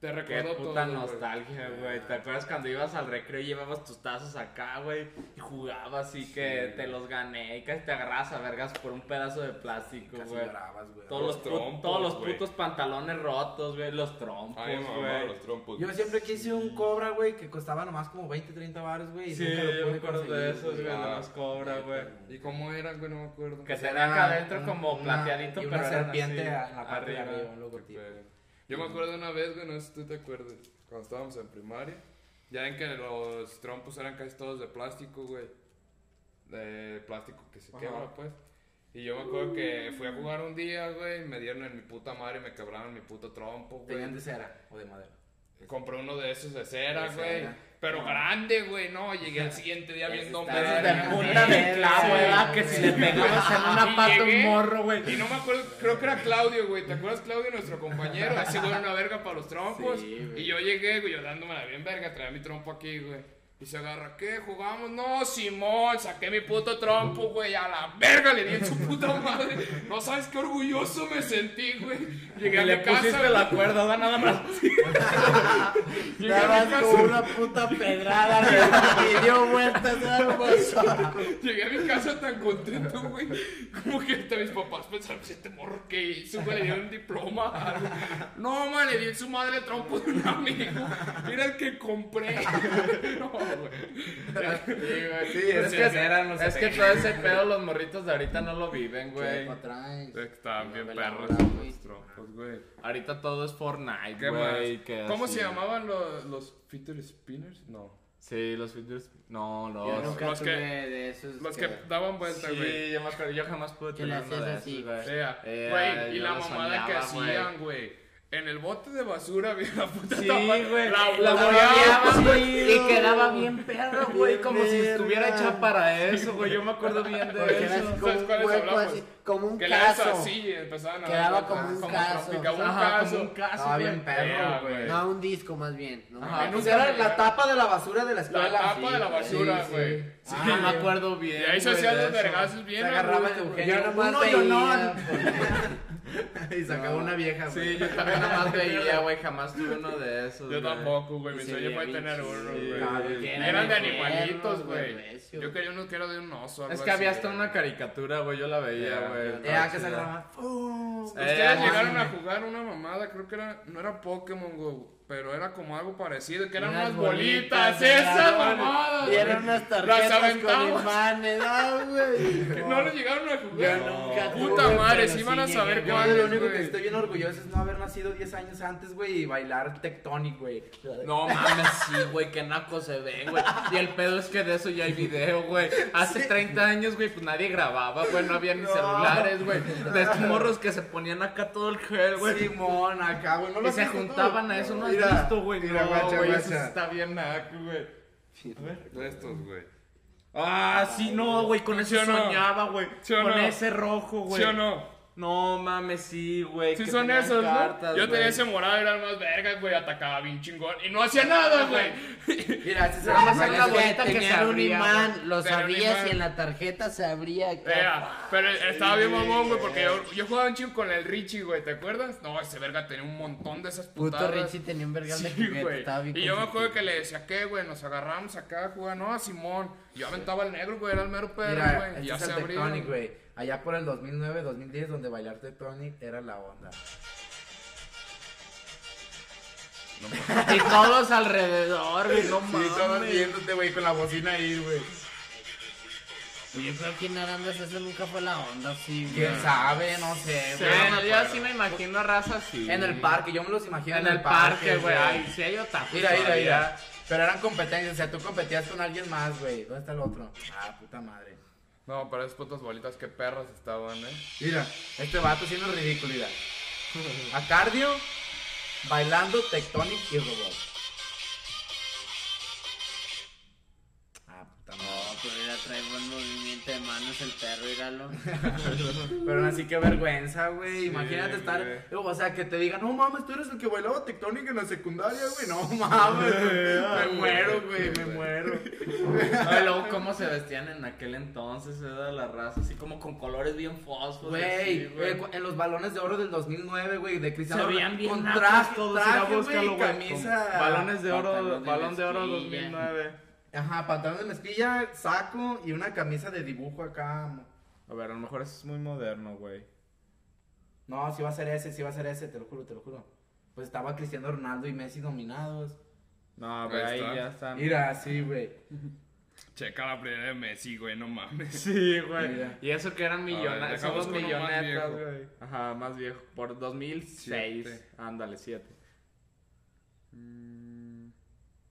[SPEAKER 2] Te
[SPEAKER 1] Qué
[SPEAKER 2] recuerdo
[SPEAKER 1] puta
[SPEAKER 2] todo, güey.
[SPEAKER 1] nostalgia, güey. ¿Te acuerdas cuando ibas al recreo y llevabas tus tazos acá, güey? Y jugabas y que te los gané y casi te agarras a vergas por un pedazo de plástico,
[SPEAKER 4] Casi
[SPEAKER 1] güey.
[SPEAKER 4] llorabas, güey.
[SPEAKER 1] Todos los,
[SPEAKER 5] Los
[SPEAKER 1] pu-
[SPEAKER 5] trompos,
[SPEAKER 1] todos los
[SPEAKER 5] güey.
[SPEAKER 1] putos pantalones rotos, güey. Los trompos,
[SPEAKER 5] Ay, mamá,
[SPEAKER 1] güey.
[SPEAKER 5] los trompos.
[SPEAKER 4] Yo siempre quise un cobra, güey, que costaba nomás como 20, 30 baros, güey. y
[SPEAKER 1] Sí,
[SPEAKER 4] nunca lo
[SPEAKER 1] yo
[SPEAKER 4] pude
[SPEAKER 1] me acuerdo de
[SPEAKER 4] conseguir,
[SPEAKER 1] esos, güey. De
[SPEAKER 5] güey.
[SPEAKER 1] los cobra, güey.
[SPEAKER 2] ¿Y cómo era, güey? No me acuerdo.
[SPEAKER 1] Que
[SPEAKER 4] Pues
[SPEAKER 1] tenía
[SPEAKER 4] era
[SPEAKER 1] acá adentro
[SPEAKER 4] una-
[SPEAKER 1] como
[SPEAKER 4] una-
[SPEAKER 1] plateadito,
[SPEAKER 4] y
[SPEAKER 1] pero
[SPEAKER 4] una
[SPEAKER 1] eran
[SPEAKER 4] serpiente
[SPEAKER 1] así,
[SPEAKER 4] en la parte de
[SPEAKER 1] arriba.
[SPEAKER 4] arriba, un
[SPEAKER 2] Qué
[SPEAKER 4] logotipo.
[SPEAKER 2] pedo. Yo me acuerdo de una vez, güey, no sé si tú te acuerdas. Cuando estábamos en primaria. Ya ven que los trompos eran casi todos de plástico, güey. De plástico que se
[SPEAKER 4] Ajá.
[SPEAKER 2] quebra, pues. Y yo me acuerdo que fui a jugar un día, güey. Me dieron en mi puta madre y me quebraron mi puto trompo, güey.
[SPEAKER 4] Tenían de cera o de madera.
[SPEAKER 2] Compré uno de esos de cera,
[SPEAKER 4] De
[SPEAKER 2] güey.
[SPEAKER 4] cera.
[SPEAKER 2] Pero grande, güey, no. Llegué al siguiente día
[SPEAKER 4] Ese
[SPEAKER 2] viendo
[SPEAKER 4] está
[SPEAKER 2] madre.
[SPEAKER 4] bien.
[SPEAKER 1] De punta de clavo,
[SPEAKER 4] Sí,
[SPEAKER 1] ¿verdad? Que
[SPEAKER 4] güey.
[SPEAKER 1] si le pegabas en una
[SPEAKER 2] Y
[SPEAKER 1] pata a un
[SPEAKER 2] llegué,
[SPEAKER 1] morro, güey.
[SPEAKER 2] Y no me acuerdo, creo que era Claudio, güey. ¿Te acuerdas, Claudio, nuestro compañero? Ese güey era una verga para los trompos.
[SPEAKER 4] Sí, güey.
[SPEAKER 2] y yo llegué, güey, yo dándomela bien verga, traía mi trompo aquí, güey. Y se agarra, ¿qué? ¿Jugamos? No, Simón, saqué mi puto trompo, güey, a la verga le di en su puta madre. No sabes qué orgulloso me sentí, güey. Llegué a
[SPEAKER 1] Que le
[SPEAKER 2] mi
[SPEAKER 1] pusiste
[SPEAKER 2] casa,
[SPEAKER 1] la cuerda, da nada más.
[SPEAKER 2] llegué a mi
[SPEAKER 3] Dabas
[SPEAKER 2] casa,
[SPEAKER 3] como una puta pedrada, güey, y dio vueltas algo.
[SPEAKER 2] Llegué a mi casa tan contento, güey. Como que hasta mis papás pensaron, pues este morro que hizo, güey, le dio un diploma. algo. No, man, le di en su madre el trompo de un amigo. Era el que compré. No, güey.
[SPEAKER 1] Pues Sí, es
[SPEAKER 4] Sí,
[SPEAKER 1] que,
[SPEAKER 4] eran los
[SPEAKER 1] es que
[SPEAKER 4] setenta.
[SPEAKER 1] todo ese pedo los morritos de ahorita no lo viven, güey.
[SPEAKER 2] Estaban bien perros los trompos, güey.
[SPEAKER 1] Ahorita todo es Fortnite,
[SPEAKER 2] ¿Qué
[SPEAKER 1] güey.
[SPEAKER 2] más?
[SPEAKER 1] que
[SPEAKER 2] ¿Cómo
[SPEAKER 1] así.
[SPEAKER 2] se llamaban los, los Peter Spinners? No.
[SPEAKER 1] Sí, los filters. No,
[SPEAKER 3] Yo
[SPEAKER 1] los.
[SPEAKER 3] nunca
[SPEAKER 2] los Pues, que-
[SPEAKER 3] tuve de esos.
[SPEAKER 2] Los que daban vuelta, güey.
[SPEAKER 1] Sí, yo, me acuerdo, yo jamás pude
[SPEAKER 3] Que le
[SPEAKER 1] tener uno
[SPEAKER 3] hacías
[SPEAKER 1] de
[SPEAKER 3] así,
[SPEAKER 1] esos,
[SPEAKER 2] O
[SPEAKER 1] güey.
[SPEAKER 2] sea,
[SPEAKER 1] Eh,
[SPEAKER 2] güey, y
[SPEAKER 1] yo
[SPEAKER 2] la
[SPEAKER 1] lo
[SPEAKER 2] mamada que
[SPEAKER 1] soñaba, güey.
[SPEAKER 2] hacían, güey. En el bote de basura había la puta
[SPEAKER 1] Sí,
[SPEAKER 2] tapa-
[SPEAKER 1] güey.
[SPEAKER 2] La
[SPEAKER 1] La
[SPEAKER 2] boleaba,
[SPEAKER 1] boleaba,
[SPEAKER 2] güey.
[SPEAKER 1] güey, Y quedaba bien perro, güey.
[SPEAKER 3] Bien
[SPEAKER 1] Como si
[SPEAKER 2] Ah.
[SPEAKER 1] estuviera
[SPEAKER 3] verga.
[SPEAKER 1] hecha para eso, güey. Yo me acuerdo bien
[SPEAKER 3] Porque
[SPEAKER 1] de
[SPEAKER 3] era así
[SPEAKER 1] eso.
[SPEAKER 3] como
[SPEAKER 2] ¿Sabes
[SPEAKER 3] un
[SPEAKER 2] cuáles
[SPEAKER 3] hueco,
[SPEAKER 2] hablamos?
[SPEAKER 3] así, como un
[SPEAKER 2] Que le das
[SPEAKER 3] caso.
[SPEAKER 2] así y empezaban a
[SPEAKER 3] Quedaba
[SPEAKER 2] dar
[SPEAKER 3] como un
[SPEAKER 2] trompica,
[SPEAKER 3] caso.
[SPEAKER 2] un
[SPEAKER 1] Ajá,
[SPEAKER 2] caso. Ah,
[SPEAKER 1] como un caso.
[SPEAKER 4] Estaba
[SPEAKER 1] Ah, güey.
[SPEAKER 4] Ah, bien perro,
[SPEAKER 2] Era,
[SPEAKER 4] güey.
[SPEAKER 2] güey.
[SPEAKER 3] No, un disco más bien. No,
[SPEAKER 1] Ajá.
[SPEAKER 4] Pues era la tapa de la basura de la
[SPEAKER 2] La
[SPEAKER 4] escuela.
[SPEAKER 2] tapa de la
[SPEAKER 4] Sí,
[SPEAKER 2] basura,
[SPEAKER 4] sí, sí.
[SPEAKER 2] güey.
[SPEAKER 1] Sí,
[SPEAKER 4] Ah,
[SPEAKER 1] me
[SPEAKER 4] güey.
[SPEAKER 1] acuerdo
[SPEAKER 2] Y
[SPEAKER 1] bien.
[SPEAKER 2] ahí se
[SPEAKER 1] güey,
[SPEAKER 2] hacían
[SPEAKER 1] de
[SPEAKER 2] los
[SPEAKER 1] eso.
[SPEAKER 2] vergazos bien.
[SPEAKER 4] Se agarraba el
[SPEAKER 2] rudos, güey.
[SPEAKER 4] Eugenio.
[SPEAKER 3] Yo nomás
[SPEAKER 4] Uno
[SPEAKER 3] veía, pues,
[SPEAKER 4] yo no.
[SPEAKER 3] Y sacaba una vieja,
[SPEAKER 1] Sí, yo también nada más veía, güey, jamás tuve uno de esos.
[SPEAKER 2] Yo
[SPEAKER 1] güey.
[SPEAKER 2] tampoco, güey. Mi
[SPEAKER 1] Y se
[SPEAKER 2] sueño
[SPEAKER 1] veía
[SPEAKER 2] fue
[SPEAKER 1] bien
[SPEAKER 2] tener uno,
[SPEAKER 1] chido,
[SPEAKER 2] güey.
[SPEAKER 1] güey.
[SPEAKER 3] Era
[SPEAKER 2] Eran de
[SPEAKER 3] de perros,
[SPEAKER 2] animalitos,
[SPEAKER 3] güey,
[SPEAKER 2] güey.
[SPEAKER 3] recio,
[SPEAKER 2] Yo
[SPEAKER 3] güey.
[SPEAKER 2] quería uno que era de un oso.
[SPEAKER 1] Es
[SPEAKER 2] algo
[SPEAKER 1] que había
[SPEAKER 2] así,
[SPEAKER 1] hasta
[SPEAKER 2] güey.
[SPEAKER 1] una caricatura, güey, yo la
[SPEAKER 2] Ya,
[SPEAKER 1] veía, güey.
[SPEAKER 2] ya.
[SPEAKER 1] Estaba
[SPEAKER 4] Era que Eh, se
[SPEAKER 1] chida.
[SPEAKER 4] agarraba. ¡Fum!
[SPEAKER 1] Eh,
[SPEAKER 2] Ustedes
[SPEAKER 1] no,
[SPEAKER 2] llegaron a
[SPEAKER 1] sí.
[SPEAKER 2] jugar una mamada, creo que era, no era Pokémon Go, pero era como algo parecido, que eran
[SPEAKER 3] Unas
[SPEAKER 2] unas bolitas,
[SPEAKER 3] bolitas,
[SPEAKER 2] esas
[SPEAKER 3] claro,
[SPEAKER 2] mamadas.
[SPEAKER 3] Y eran unas
[SPEAKER 2] Las
[SPEAKER 3] tarjetas con
[SPEAKER 2] aventamos.
[SPEAKER 3] imanes, ah,
[SPEAKER 2] güey.
[SPEAKER 3] güey.
[SPEAKER 2] No lo llegaron a
[SPEAKER 3] Yo
[SPEAKER 2] jugar.
[SPEAKER 3] nunca tuve,
[SPEAKER 2] Puta madre,
[SPEAKER 3] pero
[SPEAKER 2] si
[SPEAKER 3] sí
[SPEAKER 2] van a
[SPEAKER 3] llegué
[SPEAKER 2] saber
[SPEAKER 3] a
[SPEAKER 2] qué
[SPEAKER 4] Yo
[SPEAKER 2] va
[SPEAKER 4] de lo único que estoy bien orgulloso es no haber nacido 10 años antes, güey, y bailar Tectonic, güey.
[SPEAKER 1] No mames, sí, güey, qué naco se ve, güey. Y el pedo es que de eso ya hay video, güey. Hace 30 años, güey, pues nadie grababa, güey, no había ni celulares, güey. De estos morros que se ponían acá todo el gel, güey.
[SPEAKER 4] Simón, acá, güey. No
[SPEAKER 1] y
[SPEAKER 4] lo
[SPEAKER 1] se
[SPEAKER 4] has visto tú?
[SPEAKER 1] juntaban a eso, no has
[SPEAKER 4] Mira,
[SPEAKER 1] visto, güey.
[SPEAKER 4] mira,
[SPEAKER 1] No,
[SPEAKER 4] guacha,
[SPEAKER 1] güey, eso sí
[SPEAKER 4] guacha.
[SPEAKER 1] está bien naco, güey.
[SPEAKER 2] Estos, güey.
[SPEAKER 1] Ah, sí, no, güey, con eso
[SPEAKER 2] ¿Sí o no?
[SPEAKER 1] soñaba, güey.
[SPEAKER 2] ¿Sí o
[SPEAKER 1] con
[SPEAKER 2] no?
[SPEAKER 1] ese rojo, güey.
[SPEAKER 2] ¿Sí o no?
[SPEAKER 1] No mames, sí, güey.
[SPEAKER 2] Sí
[SPEAKER 1] que
[SPEAKER 2] son
[SPEAKER 1] tenían
[SPEAKER 2] esos,
[SPEAKER 1] cartas,
[SPEAKER 2] ¿no? Yo tenía
[SPEAKER 1] güey.
[SPEAKER 2] ese morado, era el más verga, güey, atacaba bien chingón. Y no hacía nada, güey.
[SPEAKER 4] Mira, ese se
[SPEAKER 1] Nada más
[SPEAKER 4] llama-
[SPEAKER 1] saca
[SPEAKER 4] ese-
[SPEAKER 1] bolita que se
[SPEAKER 3] Tenían un
[SPEAKER 1] abría,
[SPEAKER 3] imán, lo
[SPEAKER 2] Tenía un
[SPEAKER 3] sabías
[SPEAKER 2] imán.
[SPEAKER 3] y en la tarjeta se abría. acá.
[SPEAKER 2] Vea, pero estaba bien mamón, güey, porque yo, yo jugaba un chingo con el Richie, güey, ¿te acuerdas? No, ese verga tenía un montón de esas
[SPEAKER 3] Puto
[SPEAKER 2] putadas.
[SPEAKER 3] Richie tenía un vergal de
[SPEAKER 2] Sí,
[SPEAKER 3] juguete,
[SPEAKER 2] güey.
[SPEAKER 3] estaba bien
[SPEAKER 2] Y yo me acuerdo
[SPEAKER 3] consentido.
[SPEAKER 2] que le decía, ¿qué, güey? Nos agarramos acá, jugar No, a Simón. Yo aventaba el negro, güey, era el mero perro,
[SPEAKER 4] Mira,
[SPEAKER 2] güey. Y
[SPEAKER 4] este
[SPEAKER 2] ya
[SPEAKER 4] es
[SPEAKER 2] se
[SPEAKER 4] el
[SPEAKER 2] abrió.
[SPEAKER 4] Tectonic, güey. Allá por el 2009, 2010, donde bailar Tectonic era la onda.
[SPEAKER 1] Y todos alrededor, güey, no mames.
[SPEAKER 4] viéndote, güey, con la bocina ahí, güey.
[SPEAKER 3] Yo creo que en Arandas eso nunca fue la onda, sí, güey.
[SPEAKER 4] ¿Quién sabe? No sé,
[SPEAKER 1] Sí,
[SPEAKER 4] güey. no me
[SPEAKER 1] yo
[SPEAKER 4] acuerdo.
[SPEAKER 1] sí me imagino a raza así.
[SPEAKER 4] En el parque, yo me los imagino
[SPEAKER 1] En el parque, güey. Ay, sí hay otakus.
[SPEAKER 4] Mira, mira,
[SPEAKER 1] todavía.
[SPEAKER 4] mira. Pero eran competencias, o sea, tú competías con alguien más, güey. ¿Dónde está el otro? Ah, puta madre.
[SPEAKER 2] No, pero esas putas bolitas, qué perras estaban, ¿eh?
[SPEAKER 4] Mira, este vato haciendo ridiculidad. A cardio, bailando Tectonic y Robot. Ah, puta
[SPEAKER 3] No,
[SPEAKER 4] Ah, madre.
[SPEAKER 3] pero era trae buen movimiento de manos el perro, íralo.
[SPEAKER 4] Pero aún así, qué vergüenza, güey.
[SPEAKER 2] Sí,
[SPEAKER 4] Imagínate estar.
[SPEAKER 2] güey.
[SPEAKER 4] O sea, que te digan, no mames, tú eres el que bailaba tectónica en la secundaria, güey. No mames. me muero, güey, me muero.
[SPEAKER 1] Ay, luego cómo se vestían en aquel entonces, era la raza, así como con colores bien fósforos.
[SPEAKER 4] Güey,
[SPEAKER 1] así,
[SPEAKER 4] eh, cu- en los balones de oro del 2009, güey, de Cristiano
[SPEAKER 1] Se veían
[SPEAKER 4] Ronaldo,
[SPEAKER 1] bien
[SPEAKER 4] con
[SPEAKER 1] nacos
[SPEAKER 4] traje,
[SPEAKER 1] todos, ir a
[SPEAKER 4] traje, güey,
[SPEAKER 1] búscalo,
[SPEAKER 4] y
[SPEAKER 1] güey,
[SPEAKER 4] camisa.
[SPEAKER 1] con Balones de oro,
[SPEAKER 3] Pantalón de
[SPEAKER 1] balón de oro
[SPEAKER 3] mezclilla.
[SPEAKER 1] 2009.
[SPEAKER 4] Ajá, pantalón de mezclilla, saco y una camisa de dibujo acá. mo-
[SPEAKER 1] A ver, a lo mejor eso es muy moderno, güey.
[SPEAKER 4] No, sí va a ser ese, sí va a ser ese, te lo juro, te lo juro. Pues estaba Cristiano Ronaldo y Messi nominados.
[SPEAKER 1] No,
[SPEAKER 2] Ahí
[SPEAKER 1] güey, ahí
[SPEAKER 2] está.
[SPEAKER 1] ya están.
[SPEAKER 4] Mira, sí, güey.
[SPEAKER 2] Checa la primera de Messi, güey, no mames.
[SPEAKER 1] Sí, güey.
[SPEAKER 4] Mira.
[SPEAKER 1] Y eso que eran
[SPEAKER 2] A ver,
[SPEAKER 1] millonetas,
[SPEAKER 2] dejamos
[SPEAKER 1] somos
[SPEAKER 2] con uno más
[SPEAKER 1] millonetas,
[SPEAKER 2] viejo.
[SPEAKER 1] güey. Ajá, más viejo. Por 2006.
[SPEAKER 2] Siete.
[SPEAKER 1] Ándale, 7.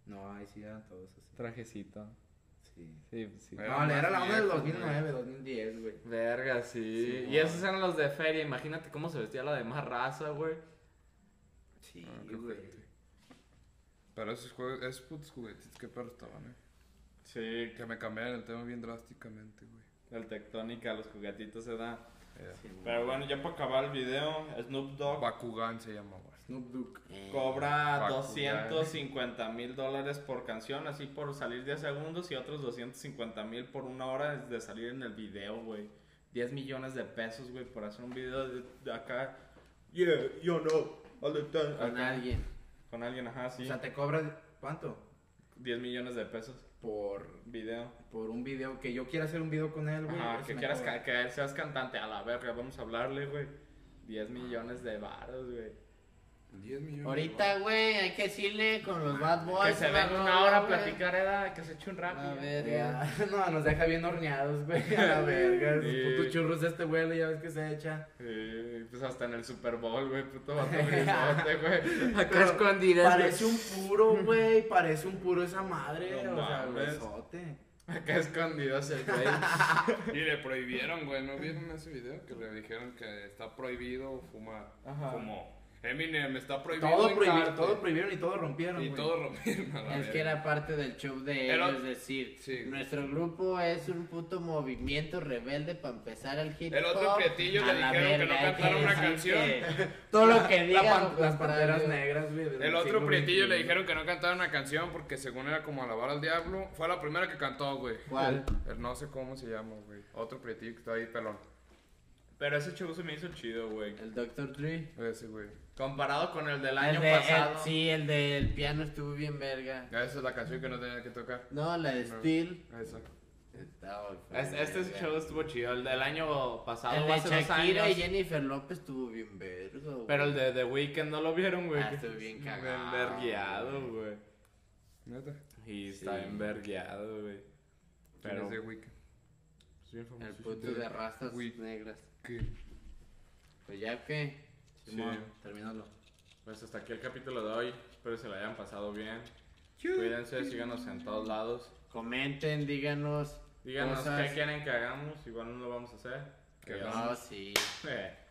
[SPEAKER 4] No, ahí sí eran todos así.
[SPEAKER 1] Trajecito.
[SPEAKER 4] Sí.
[SPEAKER 1] Sí, sí.
[SPEAKER 2] Era
[SPEAKER 4] No, le era
[SPEAKER 2] más
[SPEAKER 4] la onda del
[SPEAKER 2] viejo,
[SPEAKER 4] 2009, 2010, güey.
[SPEAKER 1] Verga, sí.
[SPEAKER 4] Sí,
[SPEAKER 1] y esos eran los de feria. Imagínate cómo se vestía la demás raza, güey.
[SPEAKER 4] Sí,
[SPEAKER 2] Ah, qué
[SPEAKER 4] güey.
[SPEAKER 2] ojete. Pero esos juegos, esos putos juguetitos, qué perros estaban, eh.
[SPEAKER 1] Sí,
[SPEAKER 2] Que me cambiaron el tema bien drásticamente, güey.
[SPEAKER 1] el Tectónica, los juguetitos se da.
[SPEAKER 2] Era.
[SPEAKER 1] Pero bueno, ya para acabar el video, Snoop Dogg
[SPEAKER 2] Bakugan se llamaba.
[SPEAKER 4] Snoop Dogg.
[SPEAKER 3] Eh,
[SPEAKER 1] cobra
[SPEAKER 2] Bakugan.
[SPEAKER 1] 250 mil dólares por canción, así por salir 10 segundos y otros 250 mil por una hora de salir en el video, güey. 10 millones de pesos, güey, por hacer un video de, de acá. Yeah, yo no. all the time.
[SPEAKER 3] Con
[SPEAKER 1] Acá.
[SPEAKER 3] alguien.
[SPEAKER 1] Con alguien, ajá,
[SPEAKER 4] O
[SPEAKER 1] sí.
[SPEAKER 4] sea, te cobra ¿cuánto?
[SPEAKER 1] 10 millones de pesos.
[SPEAKER 4] Por
[SPEAKER 1] Video.
[SPEAKER 4] por un video que yo quiera hacer un video con él, güey.
[SPEAKER 1] Ajá,
[SPEAKER 4] eso
[SPEAKER 1] que
[SPEAKER 4] me
[SPEAKER 1] quieras
[SPEAKER 4] cobra.
[SPEAKER 1] ca- que seas cantante. A la verga, vamos a hablarle, güey. 10 millones de varos, güey.
[SPEAKER 2] 10 millones.
[SPEAKER 3] Ahorita, güey, hay que decirle con los bad boys.
[SPEAKER 1] Que se
[SPEAKER 3] una
[SPEAKER 1] venga
[SPEAKER 3] rola,
[SPEAKER 1] una hora a
[SPEAKER 3] güey.
[SPEAKER 1] platicar, edad, que se eche un rap.
[SPEAKER 3] A
[SPEAKER 1] y ya.
[SPEAKER 3] ver, ya.
[SPEAKER 4] Ya, No, nos deja bien horneados, güey. A la verga. Esos
[SPEAKER 1] Sí.
[SPEAKER 4] putos churros de este güey, ya ves que se echa.
[SPEAKER 1] Sí, pues hasta en el Super Bowl, güey, puto vato grisote, güey. Acá
[SPEAKER 3] Pero escondidas, güey.
[SPEAKER 4] Parece un puro, güey. Parece un puro esa madre.
[SPEAKER 1] No
[SPEAKER 4] o sea,
[SPEAKER 1] mames.
[SPEAKER 4] besote.
[SPEAKER 1] acá escondidos el güey.
[SPEAKER 2] Y le prohibieron, güey. ¿No vieron ese video? Que le dijeron que está prohibido fumar.
[SPEAKER 1] Ajá.
[SPEAKER 2] Fumó. Eminem está prohibido.
[SPEAKER 4] Todo
[SPEAKER 2] en
[SPEAKER 4] prohibieron,
[SPEAKER 2] cárcel.
[SPEAKER 4] todo prohibieron y todo rompieron.
[SPEAKER 2] Y
[SPEAKER 4] güey.
[SPEAKER 2] todo rompieron. a la
[SPEAKER 3] Es
[SPEAKER 2] verga.
[SPEAKER 3] que era parte del show de
[SPEAKER 2] Era-
[SPEAKER 3] ellos decir,
[SPEAKER 2] sí.
[SPEAKER 3] nuestro grupo es un puto movimiento rebelde para empezar el hip hop.
[SPEAKER 2] El otro prietillo le
[SPEAKER 3] a la
[SPEAKER 2] dijeron que no
[SPEAKER 3] verga, hay
[SPEAKER 2] cantara una
[SPEAKER 3] decir
[SPEAKER 2] canción.
[SPEAKER 3] que Todo lo que
[SPEAKER 4] La
[SPEAKER 3] diga
[SPEAKER 4] pan-
[SPEAKER 3] lo
[SPEAKER 4] las
[SPEAKER 3] contrario.
[SPEAKER 4] panteras negras, güey. del
[SPEAKER 2] El otro
[SPEAKER 4] siglo
[SPEAKER 2] prietillo
[SPEAKER 4] XXI.
[SPEAKER 2] le dijeron que no cantara una canción porque según era como alabar al diablo. Fue la primera que cantó, güey.
[SPEAKER 3] ¿Cuál?
[SPEAKER 2] El no sé cómo se llama, güey. Otro prietillo que está ahí pelón.
[SPEAKER 1] Pero ese show se me hizo chido, güey.
[SPEAKER 3] El Dr. Dre.
[SPEAKER 2] Ese, güey.
[SPEAKER 1] Comparado con el del
[SPEAKER 3] El
[SPEAKER 1] año
[SPEAKER 3] de- el-
[SPEAKER 1] pasado.
[SPEAKER 3] sí, el del piano estuvo bien verga.
[SPEAKER 2] Esa es la canción que no tenía que tocar.
[SPEAKER 3] No, la de
[SPEAKER 2] No.
[SPEAKER 3] Steel.
[SPEAKER 2] Esa.
[SPEAKER 3] Está hoy, fue
[SPEAKER 1] Es- Este
[SPEAKER 3] verga.
[SPEAKER 1] show estuvo chido, el del año pasado,
[SPEAKER 3] El
[SPEAKER 1] o
[SPEAKER 3] de
[SPEAKER 1] hace dos
[SPEAKER 3] Shakira y
[SPEAKER 1] años.
[SPEAKER 3] Jennifer López estuvo bien verga, güey.
[SPEAKER 1] Pero el de The Weeknd no lo vieron, güey.
[SPEAKER 3] Ah, estuvo bien cagado.
[SPEAKER 1] vergueado, güey.
[SPEAKER 2] Neta.
[SPEAKER 1] Y está
[SPEAKER 3] Sí.
[SPEAKER 1] bien vergueado, güey.
[SPEAKER 2] Pero.
[SPEAKER 1] Pero-
[SPEAKER 2] Es de Weeknd. Es bien
[SPEAKER 3] El
[SPEAKER 2] famoso.
[SPEAKER 3] puto de rastas
[SPEAKER 2] Uy.
[SPEAKER 3] negras.
[SPEAKER 2] ¿Qué?
[SPEAKER 3] Pues ya que.
[SPEAKER 1] Sí.
[SPEAKER 3] Simón, termínalo.
[SPEAKER 1] Pues hasta aquí el capítulo de hoy. Espero que se lo hayan pasado bien. Cuídense, síganos en todos lados.
[SPEAKER 3] Comenten, díganos.
[SPEAKER 1] Díganos
[SPEAKER 3] cosas.
[SPEAKER 1] qué quieren que hagamos, igual no lo vamos a hacer.
[SPEAKER 2] Que
[SPEAKER 1] Adiós.
[SPEAKER 3] No, sí.
[SPEAKER 1] Eh.